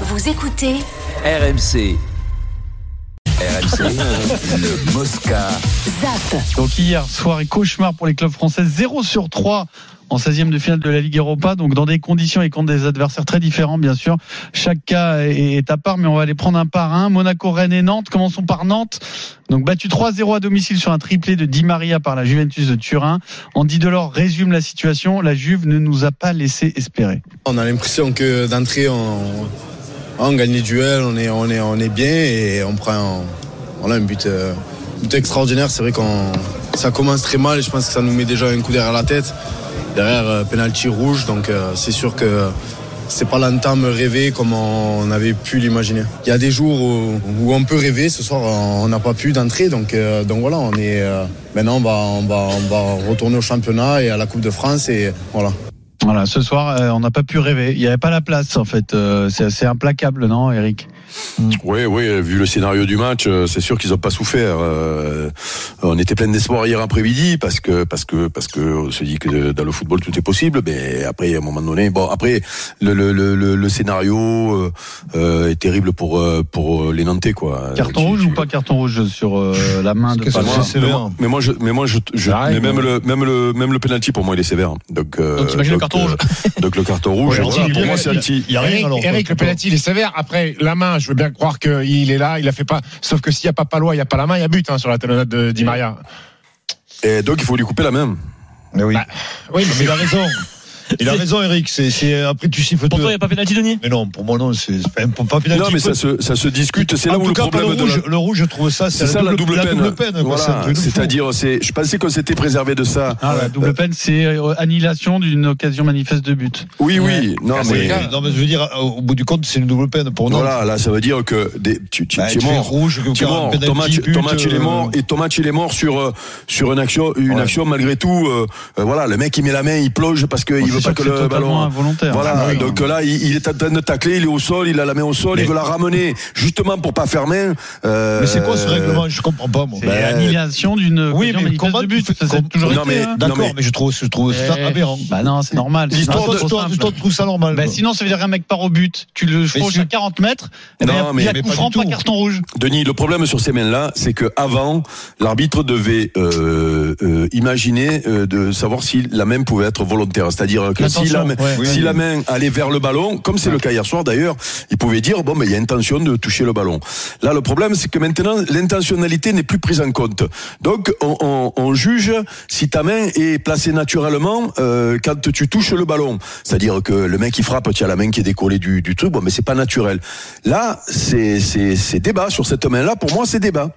Vous écoutez RMC. RMC, le Mosca. ZAP. Donc hier, soirée cauchemar pour les clubs français, 0 sur 3 en 16e de finale de la Ligue Europa, donc dans des conditions et contre des adversaires très différents bien sûr. Chaque cas est est à part, mais on va les prendre un par un. Monaco, Rennes et Nantes, commençons par Nantes. Donc battu 3-0 à domicile sur un triplé de Di Maria par la Juventus de Turin. Andy Delors résume la situation, la Juve ne nous a pas laissé espérer. On a l'impression que d'entrée, on, on gagne les duels, on est, on est, on est bien et on prend un, voilà, un but, euh, but extraordinaire. C'est vrai qu'on ça commence très mal et je pense que ça nous met déjà un coup derrière la tête. Derrière, euh, penalty rouge, donc euh, c'est sûr que c'est pas l'entame rêvée comme on avait pu l'imaginer. Il y a des jours où, où on peut rêver. Ce soir, on n'a pas pu d'entrée, donc, euh, donc voilà, on est. euh, maintenant, on va, on, va, on va retourner au championnat et à la Coupe de France et voilà. Voilà, ce soir, euh, on n'a pas pu rêver. Il n'y avait pas la place en fait. Euh, C'est assez implacable, non Eric Oui, oui, vu le scénario du match, euh, c'est sûr qu'ils n'ont pas souffert. Euh, on était plein d'espoir hier après-midi parce que parce que parce que on se dit que dans le football tout est possible, mais après à un moment donné, bon après le le le, le- le scénario euh, euh, est terrible pour euh, pour les Nantais quoi. Carton Tu- rouge tu- ou pas carton rouge sur euh, la main de Parce que Pavard c'est- c'est mais sévère. moi, mais moi, je, mais moi, je, je- Ah, mais ouais. même le, même le, même le penalty pour moi, il est sévère. Donc, euh, Donc, t'imagines le carton rouge. euh, donc le carton rouge. Ouais, voilà, anti, pour il moi, est- c'est anti. Il y a Eric, Eric, le penalty, il est sévère. Après, la main, je veux bien croire qu'il est là, il a fait pas. Sauf que s'il n'y a pas Palois, il n'y a pas la main, il y a but hein, sur la talonnade de Di Maria. Et donc, il faut lui couper la main. Bah, oui, mais Il a raison. Il a raison, Eric. C'est- C'est après tu siffles Pour deux. toi, il n'y a pas pénalty, Denis Mais non, pour moi non. C'est enfin, pour pas pénalty. Non, mais ça se, ça se discute. C'est là En où tout le cas, pas problème le de la- rouge, le rouge, je trouve ça, C'est ça la double, peine. quoi. C'est un Voilà. truc de fou. C'est-à-dire, c'est, je pensais qu'on s'était préservé de ça. Ah, la double peine, c'est euh, annihilation d'une occasion manifeste de but. Oui, oui. Non, Ah, c'est mais le cas. Non, mais je veux dire, au bout du compte, c'est une double peine pour nous. voilà, là, ça veut dire que des, tu, tu, Bah, tu es tu fais mort. rouge, Tu es mort. penalty, Thomas, tu- but, Thomas, il est euh, mort et Thomas, il est mort sur euh, sur une action, une Ouais. action malgré tout. euh, euh, voilà, le mec il met la main, il plonge parce qu'il Bon, veut c'est pas sûr que c'est le totalement ballon. involontaire. Voilà, Ah, oui. donc là, il, il est en train de tacler, il est au sol, il a la main au sol, il Mais- veut la ramener justement pour pas faire main. euh, Mais c'est quoi ce règlement Je comprends pas, moi. Bah, C'est Ben, annihilation d'une oui, occasion mais manifeste comment de but. tu fais- Ça, ça a comment- toujours Non, été. mais- hein. D'accord, mais- mais, je trouve, je trouve ça Eh, aberrant. Bah non, c'est normal. c'est L'histoire pas Toi, de- trop toi, toi, simple. toi, tu trouves ça normal. Bah, quoi. sinon, ça veut dire un mec part au but, tu le chevauches si- à 40 mètres, et Non, ben, mais- il y a mais coup pas franc, du pas tout. carton rouge. Denis, le problème sur ces mains-là, c'est que avant, l'arbitre devait euh, euh, imaginer euh, de savoir si la main pouvait être volontaire. C'est-à-dire que si la, main, L'attention, ouais. si la main allait vers le ballon, comme c'est le cas hier soir d'ailleurs, il pouvait dire bon, mais il y a intention de toucher le ballon. Là, le problème, c'est que maintenant, l'intentionnalité n'est plus prise en compte. Donc, on, on- on juge si ta main est placée naturellement euh, quand tu touches le ballon. C'est-à-dire que le mec qui frappe, tu as la main qui est décollée du, du truc, bon, mais c'est pas naturel. Là, c'est c'est- c'est débat sur cette main-là. Pour moi, c'est débat.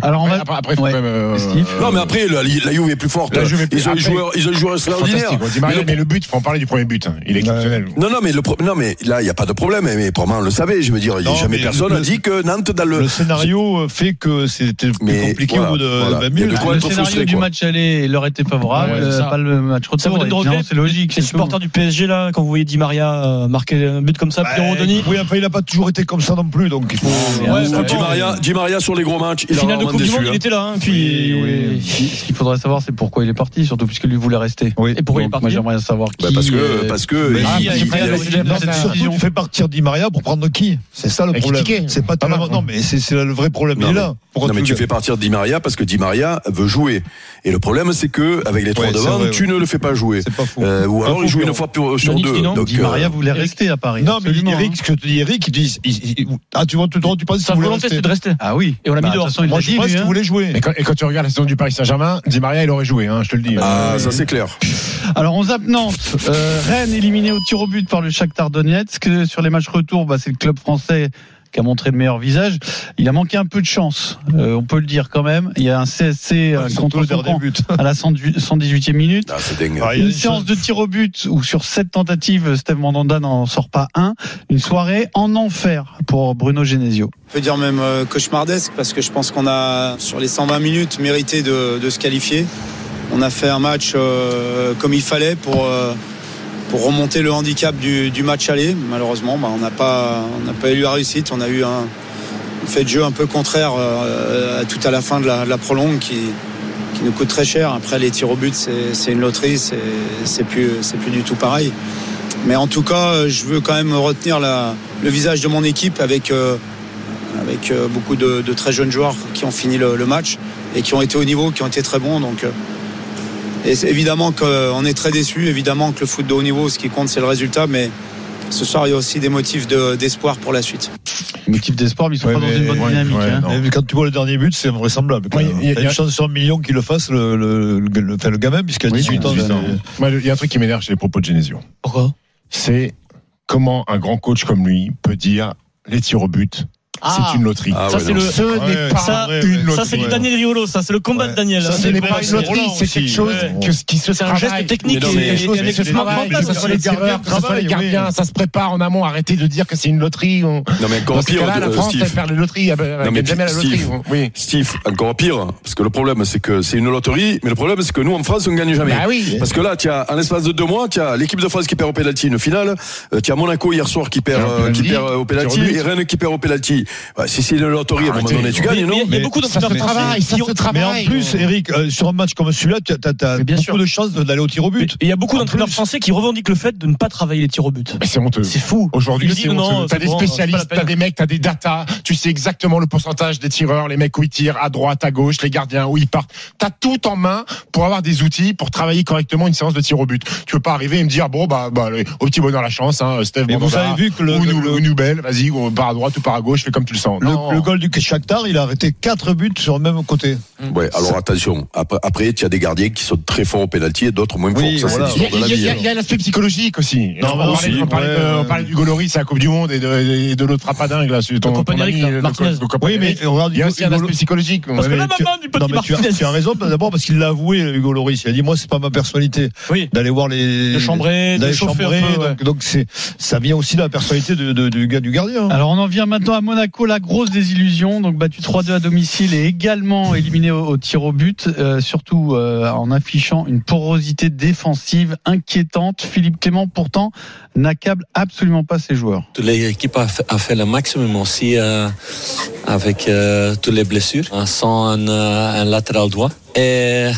Alors, on Ouais, va. après, après, il faut Ouais. quand même. euh, Steve. euh, Non, mais après, la, la Juve est plus forte. La Juve est plus- Ils ont un après- joueur, ils ont un joueur extraordinaire. fantastique, ouais, Di Maria, Mais mais, le- le but, faut en parler du premier but. hein. Il est exceptionnel. Non, non, mais le pro- non, mais là, il n'y a pas de problème. Mais probablement, on le savait. Je veux dire, il n'y a Non, jamais mais personne le- a dit que Nantes dans le. Le scénario euh, fait que c'était plus Mais compliqué voilà, au bout de voilà. 20 Il y a minutes. de quoi Le être scénario frustré, du quoi. match aller leur était favorable, Ouais, ouais, euh, c'est ça. pas le match retour. Ça vous donne de et regret finalement, C'est logique. c'est Les tout. supporters du PSG, là, quand vous voyez Di Maria euh, marquer un but comme ça, Bah, Pierrot, Denis Oui, enfin, il n'a pas toujours été comme ça non plus, donc il faut. Ah, mais Ouais, un mais Di bon, Maria, Di Maria sur les gros matchs, il a Finale de vraiment Coupe du déçu. Monde, il hein. était là, hein, puis. Oui, oui. Ce qu'il faudrait savoir, c'est pourquoi il est parti, surtout puisque lui voulait rester. Oui. Et pourquoi il est Donc, parti Moi, j'aimerais savoir Bah, qui. parce que, euh, parce que, mais il- qui a- il- qui a- il- qui a- Non, qui a- surtout, tu fais partir Di Maria pour prendre qui C'est ça le Et problème. critiquer. C'est pas Pas tellement. mal, Non, mais c'est c'est le vrai problème. Non, il est mais- là. Pourquoi non mais tu fais partir Di Maria parce que Di Maria veut jouer et le problème c'est que avec les trois Ouais, c'est devant vrai, tu ouais. ne le fais pas jouer C'est pas faux. Euh, ou Pas alors faux, il joue une Pierrot. fois pour- sur Denis deux Spinant, donc Di Maria euh, voulait Eric- rester à Paris. Non, mais absolument, Eric, hein. ce que te dit Eric, il dit. il- il- il- Ah, tu vois, tu, tu penses Sa qu'il voulait volonté, rester c'était de rester. Ah oui. Et on l'a mis Bah, de dehors. toute façon, il Moi, l'a je dit, pense lui, qu'il hein. voulait jouer. Et quand, et quand tu regardes la saison du Paris Saint-Germain, Di Maria, il aurait joué, hein, je te le dis. ah, ça c'est clair Alors on zappe Nantes, Euh, Rennes éliminé au tir au but par le Shakhtar Donetsk. Euh, Sur les matchs retour, bah, c'est le club français qui a montré le meilleur visage. Il a manqué un peu de chance, euh, on peut le dire quand même. Il y a un CSC euh, Surtout contre au le dernier but. à la 118e minute. Ah, c'est dingue Ah, il y a Une des séance choses- de tir au but où sur sept tentatives, Steve Mandanda n'en sort pas un. Une soirée en enfer pour Bruno Genesio. On peut dire même euh, cauchemardesque parce que je pense qu'on a, sur les 120 minutes, mérité de, de se qualifier. On a fait un match euh, comme il fallait pour, euh, pour remonter le handicap du, du match aller. Malheureusement, bah, on n'a pas, on n'a pas eu la réussite. On a eu un une fait de jeu un peu contraire euh, à tout à la fin de la, de la prolongue qui, qui nous coûte très cher. Après, les tirs au but, c'est c'est une loterie, c'est c'est plus, c'est plus du tout pareil. Mais en tout cas, euh, je veux quand même retenir la- le visage de mon équipe avec, euh, avec euh, beaucoup de, de très jeunes joueurs qui ont fini le, le match et qui ont été au niveau, qui ont été très bons. Donc, euh, et c'est évidemment qu'on est très déçus, évidemment que le foot de haut niveau, ce qui compte, c'est le résultat, mais ce soir, il y a aussi des motifs de- d'espoir pour la suite. Motif d'espoir, mais ils sont Ouais, pas dans mais- une bonne ouais, dynamique. ouais, hein. non. Mais quand tu vois le dernier but, c'est vraisemblable. quoi. Ouais, Il y a- y a y a- une chance sur un million qu'il le fasse, le, le, le- le- enfin, le gamin, puisqu'il a Oui, 18 Euh, ans. 18 ans. c'est- Moi, Il y a un truc qui m'énerve chez les propos de Genesio. Pourquoi C'est comment un grand coach comme lui peut dire les tirs au but, c'est une loterie. Ah Ça, ouais, c'est non. le- Ce Ouais, n'est pas ça- une loterie. Ça, c'est du Daniel Riolo, ça, c'est le combat Ouais. de Daniel. Ça, hein. c'est Ce n'est les pas bras une loterie, Roland c'est aussi. quelque chose Ouais. que- qui se C'est un travaille. geste technique Mais non, et- mais- et- chose, et avec c'est le manque travail, mental, ça mais ça, se c'est relève. des gardiens, que ce soit les travaillent, oui. gardiens, ça se prépare en amont, arrêtez de dire que c'est une loterie. On... Non, mais Dans encore ce pire, cas-là, la euh, France, elle Steve. perd les loteries, elle Non, mais gagne jamais la loterie. Steve. Oui. Steve, encore pire, parce que le problème, c'est que c'est une loterie, mais le problème, c'est que nous, en France, on gagne jamais. Bah oui. Parce que là, tu as, en l'espace de deux mois, tu as l'équipe de France qui perd au pénalty une finale, euh, tu as Monaco hier soir qui perd, Qui perd au euh, qui pénalty, perd euh, au qui pénalty, rebute. et Rennes qui perd au pénalty. Bah, si c'est une loterie, à un moment Arrêtez. donné, tu Mais- gagnes, mais non? Il y a beaucoup Mais ça d'entraîneurs se travaille, ça se Mais travaille. en plus, Eric, euh, sur un match comme celui-là, tu as, Mais bien beaucoup sûr. de chances de- d'aller au tir au Mais but. Il y a beaucoup En d'entraîneurs plus. français qui revendiquent le fait de ne pas travailler les tirs au but. Mais c'est honteux. C'est fou. Aujourd'hui, Ils c'est disent non, honteux. T'as c'est des bon, spécialistes, c'est pas la t'as peine. des mecs, t'as des datas. Tu sais exactement le pourcentage des tireurs, les mecs où ils tirent à droite, à gauche, les gardiens où ils partent. T'as tout en main pour avoir des outils pour travailler correctement une séance de tir au but. Tu peux pas arriver et me dire bon bah, bah allez, au petit bonheur la chance, hein, Steph. Mais vous avez vu que le, ou le- nou- le- ou Noubel, vas-y, ou par à droite ou par à gauche, fais comme tu le sens. Non. le- le goal du Shakhtar, il a arrêté 4 buts sur le même côté. Ouais, alors attention. Après, après tu as des gardiens qui sont très forts au pénalty et d'autres moins forts. Oui, ça, voilà. c'est Il y a, l'histoire de la il y a- vie. hein. il y a l'aspect psychologique aussi. Non, on, bah, parlait, aussi, on parlait de- ouais. on parlait du Goloris à la Coupe du Monde et de, et de l'autre rapadingue là, celui- ton, copain ton d'Eric, ami, euh, là, le co- Martinez. le copain Oui, mais d'Eric. regarde, il y a Hugo- aussi un Hugo- aspect psychologique. Parce que Ouais, là, mais tu- maman du Non, petit mais tu as, Martinez. tu as raison, d'abord parce qu'il l'a avoué, Hugo Loris. Il a dit Moi, c'est pas ma personnalité Oui. d'aller voir les. De chambrer, de d'aller chauffer un chambrer, peu, ouais. donc- Donc, c'est ça vient aussi de la personnalité de- de- du gars du gardien. hein. Alors on en vient maintenant à Monaco, la grosse désillusion, donc battu 3-2 à domicile et également éliminé au, au tir au but, euh, surtout euh, en affichant une porosité défensive inquiétante. Philippe Clément pourtant n'accable absolument pas ses joueurs. Toute l'équipe a fait, a fait le maximum aussi euh, avec euh, toutes les blessures, euh, sans un, euh, un latéral droit. Et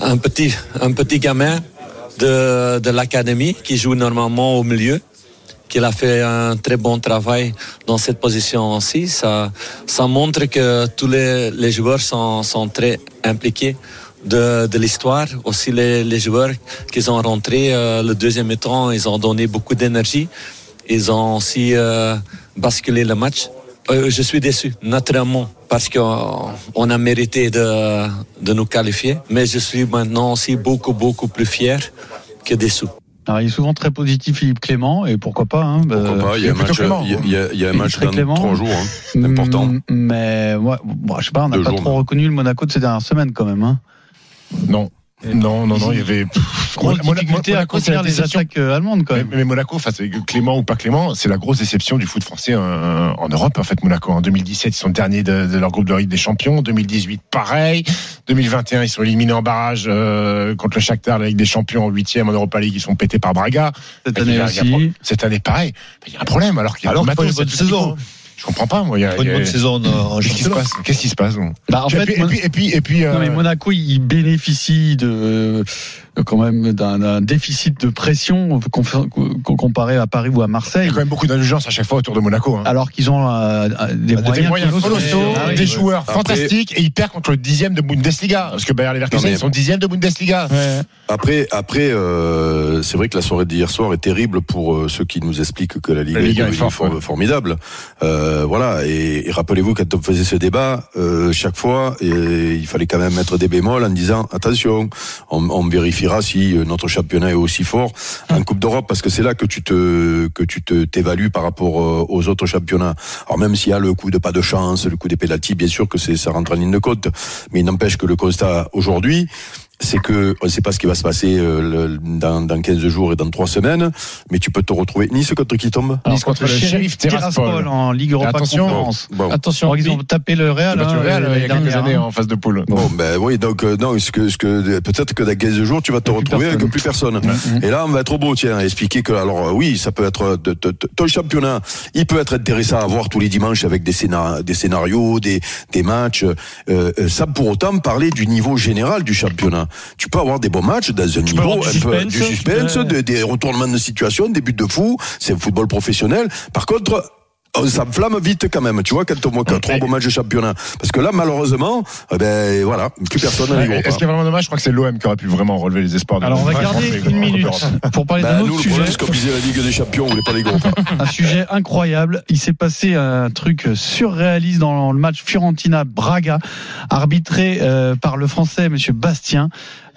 un petit, un petit gamin de, de l'académie qui joue normalement au milieu, qu'il a fait un très bon travail dans cette position aussi. Ça, ça montre que tous les, les joueurs sont, sont très impliqués de, de l'histoire. Aussi les, les joueurs qui sont rentrés euh, le deuxième temps, ils ont donné beaucoup d'énergie. Ils ont aussi euh, basculé le match. Euh, je suis déçu, naturellement, parce qu'on on a mérité de, de nous qualifier. Mais je suis maintenant aussi beaucoup, beaucoup plus fier que déçu. Alors il est souvent très positif Philippe Clément et pourquoi pas. Hein, bah, Pourquoi pas, il y a un plutôt match, Clément. il y a- il y a- il y a un Il est match très dans Clément. trois jours, hein. important. Mm, Mais ouais, bon, je sais pas, on n'a Deux pas jours, trop mais- reconnu le Monaco de ces dernières semaines quand même. Hein. Ah, Non. Non, non, non, il y avait. Pff, Grosse Monaco, difficulté à Monaco, c'est la contenir les déception. attaques euh, allemandes quand Mais, même. mais Monaco, face à Clément ou pas Clément, c'est la grosse déception du foot français euh, en Europe. En fait, Monaco, en 2017, ils sont derniers de, de leur groupe de Ligue des Champions. 2018, pareil. 2021, ils sont éliminés en barrage euh, contre le Shakhtar, la Ligue des Champions en huitième en Europa League. Ils sont pétés par Braga. Cette Et puis, année il y a- il y a un aussi. pro- Cette année, pareil. Il y a un problème. Alors qu'il y a Alors le que pas matos, une bonne c'est tout ce qu'il saison. faut. Je comprends pas, moi. il y a- Pas il y une a- bonne saison en, en Qu'est-ce qui se championnat. passe Qu'est-ce qui se passe donc Bah, en et, fait, puis, et Mon- puis, et puis, et puis, euh, Non mais Monaco, il bénéficie de euh, quand même d'un d'un déficit de pression conf- co- comparé à Paris ou à il y Marseille, a quand même beaucoup d'indulgence à chaque fois autour de Monaco. hein. alors qu'ils ont euh, Ah, des, Bah, des moyens moyens colossaux. colossaux, Ah oui. des joueurs Après- fantastiques, et ils perdent contre le dixième de Bundesliga. Parce que Bayern Leverkusen, Non, mais- ils sont dixième de Bundesliga. Ouais. Après, après, euh, c'est vrai que la soirée d'hier soir est terrible pour euh, ceux qui nous expliquent que la Ligue, La Ligue est, un est devenue forte, for- ouais. formidable. Euh, voilà. Et, et rappelez-vous quand on faisait ce débat, euh, chaque fois, et il fallait quand même mettre des bémols en disant attention, on, on vérifiera si euh, notre championnat est aussi fort en Coupe d'Europe parce que c'est là que tu te que tu te t'évalues par rapport euh, aux autres championnats. Alors même s'il y a le coup de pas de chance, le coup des pénaltys, bien sûr que c'est ça rentre en ligne de compte, mais il n'empêche que le constat aujourd'hui c'est que on ne sait pas ce qui va se passer euh, le- dans, dans 15 jours et dans 3 semaines, mais tu peux te retrouver Nice contre qui tombe. Alors, Nice contre le Sheriff Tiraspol. en Ligue Et Europa attention, Conférence. Bon. Attention, ils ont tapé le Ah, Ils ont Real. battu hein, le Real, les- il y a les quelques dernières, années hein. en face de poule. Bon, ben oui, donc euh, non, ce que, ce que peut-être que dans 15 jours tu vas te Il y a plus retrouver personne. avec plus personne. Mm-hmm. Et là, on va être au beau, tiens, à expliquer que alors euh, oui, ça peut être de- de- de- ton championnat, il peut être intéressant à voir tous les dimanches avec des, scénar- des scénarios, des, des matchs, euh, euh, sans pour autant parler du niveau général du championnat. tu peux avoir des bons matchs dans un peux niveau avoir du un peu- suspense, du tu suspense, peux- des, des retournements de situation, des buts de fou. C'est le football professionnel. Par contre. On s'enflamme vite quand même, tu vois, quand on voit que trois bons matchs de championnat. Parce que là, malheureusement, eh ben voilà, plus personne n'a Ouais, eu Est-ce qu'il y a vraiment dommage Je crois que c'est l'OM qui aurait pu vraiment relever les espoirs. de Alors on va la garder France, mais une en minute Europe. pour parler Bah, d'un nous, autre le problème, sujet. c'est qu'on visait la Ligue des Champions, on n'est pas les hein. gros. Un sujet incroyable. Il s'est passé un truc surréaliste dans le match Fiorentina-Braga, arbitré euh, par le Français Monsieur Bastien.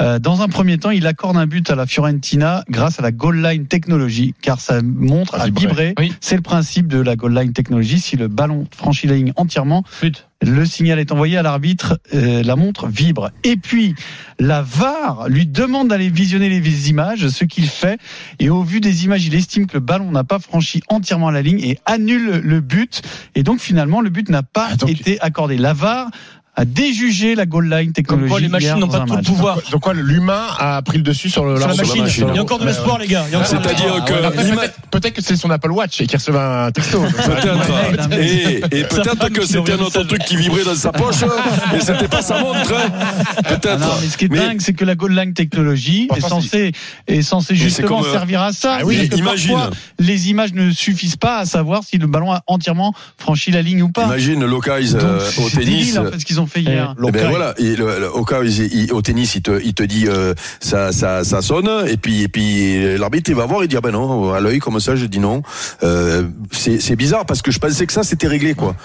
Euh, dans un premier temps, il accorde un but à la Fiorentina grâce à la goal line technologie, car ça montre À à vibrer. vibrer. Oui. C'est le principe de la goal line technologie. Si le ballon franchit la ligne entièrement, But. le signal est envoyé à l'arbitre, euh, la montre vibre. Et puis, la VAR lui demande d'aller visionner les images, ce qu'il fait. Et au vu des images, il estime que le ballon n'a pas franchi entièrement la ligne et annule le but. Et donc, finalement, le but n'a pas Ah, donc- été accordé. La VAR a déjugé la goal line Comme technologie. quoi, les machines hier n'ont dans pas un tout le match. pouvoir. Donc quoi, l'humain a pris le dessus sur le Sur la sur la machine, machine. il y a encore de l'espoir, les gars. Il y a encore de C'est-à-dire l'espoir. que- Ah ouais. Après, peut-être- Peut-être que c'est son Apple Watch et qu'il recevait un texto. Donc, ça va être- Ouais, Peut-être. ouais, Et, et Sa peut-être femme que qui lui c'était envoie un le autre message. truc qui vibrait dans sa poche, hein, et c'était pas sa montre. hein. Ah non, mais Peut-être. ce qui est Mais- dingue, c'est que la goal line technologie est Pourtant, censée, est censée c'est justement comme, euh, servir à ça. Ah oui, C'est-à-dire que imagine. parfois, les images ne suffisent pas à savoir si le ballon a entièrement franchi la ligne ou pas. Imagine Locais Donc, euh, c'est au c'est tennis. débile, en fait, ce qu'ils ont fait hier. Eh ben voilà, et le, le- au cas où il- il- au tennis, il te, il te dit euh, ça, ça, ça sonne, et puis, et puis l'arbitre il va voir et dire ben non à l'œil comme ça, je dis non. Euh, c'est c'est bizarre parce que je pensais que ça c'était réglé quoi.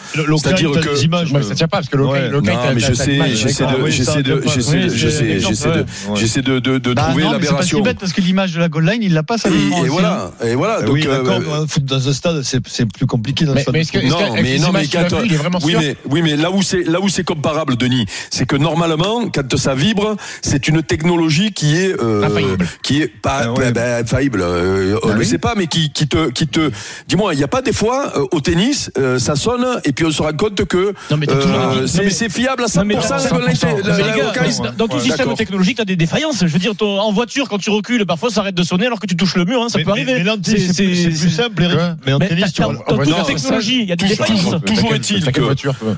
C'est-à-dire que- les images. Ouais, mais ça tient pas parce que le Ouais. le Non, mais je sais, j'essaie de, j'essaie de, j'essaie de, j'essaie j'essaie de, j'essaie de, de, de Bah trouver non, mais c'est pas si l'aberration. bête parce que l'image de la goal line, il l'a pas ça. le moment Et, et aussi, hein. voilà, et voilà. Euh, Donc, oui, euh, d'accord, un foot dans un stade, c'est c'est plus compliqué dans un Mais, stade. mais est-ce que, est-ce Non, que- mais est-ce non, que mais ces matchs, tu l'as quand, vu, il est vraiment oui, sûr. mais, oui, mais là où c'est, là où c'est comparable, Denis, c'est que normalement, quand ça vibre, c'est une technologie qui est, euh, Infaillible. qui est pas, Ah ouais. Bah ben, ben, infaillible. euh, on Ah le oui. sait pas, mais qui, qui te, qui te, dis-moi, il n'y a pas des fois, euh, au tennis, euh, ça sonne, et puis on se rend compte que, Non, mais t'as toujours euh, une limite. c'est- mais c'est fiable à 100%, Non, mais t'as- la goal line, la- Mais la les gars, goal line. ouais. dans- dans tout Ouais, système d'accord. technologique, t'as des défaillances. Je veux dire, ton- en voiture, quand tu recules, parfois ça arrête de sonner alors que tu touches le mur. hein, ça Mais- peut mais- mais arriver. là, en tennis, C'est- c'est plus- c'est- c'est plus simple, Eric. Ouais. Mais en Mais tennis, t'as- tu vois. t'as- dans toute la technologie, il y a des défaillances. Toujours est-il que-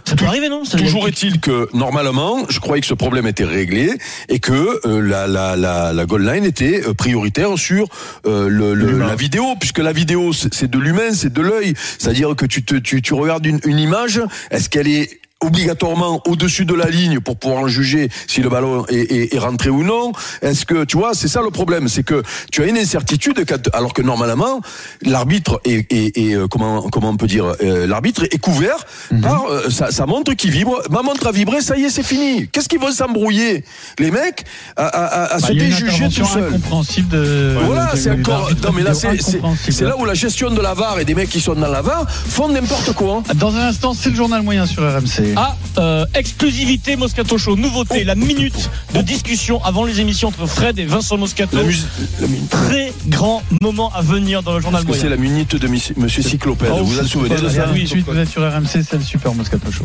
Ça peut arriver, non Ça- Toujours est-il que normalement, je croyais que ce problème était réglé et que euh, la, la, la, la goal line était euh, prioritaire sur euh, le, le- la vidéo, puisque la vidéo c'est c'est de l'humain, c'est de l'œil, c'est-à-dire que tu, te, tu, tu regardes une, une image, est-ce qu'elle est obligatoirement au-dessus de la ligne pour pouvoir en juger si le ballon est, est- est rentré ou non. Est-ce que tu vois, c'est ça le problème, c'est que tu as une incertitude quand- alors que normalement l'arbitre est, est- est, euh, comment comment on peut dire euh, l'arbitre est couvert Mhm. par euh, sa, sa montre qui vibre. Ma montre a vibré, ça y est, c'est fini. Qu'est-ce qu'ils vont s'embrouiller les mecs à, à- à- à Bah, se il y a une déjuger intervention tout seul. incompréhensible de. Voilà, de- c'est de- encore. d'arbitre Non, mais là, vidéo c'est- c'est incompréhensible. c'est là où la gestion de la VAR et des mecs qui sont dans la VAR font n'importe quoi. hein. Ah, Dans un instant, c'est le journal moyen sur RMC. Ah, euh, exclusivité Moscato Show, nouveauté, la minute de discussion avant les émissions entre Fred et Vincent Moscato. La musique. Très grand moment à venir dans le journal Parce que c'est moyen. la minute de Monsieur Cyclopède. Oh, ben, vous vous en souvenez de pas ça mal. Tout de suite, vous êtes sur RMC, c'est le Super Moscato Show.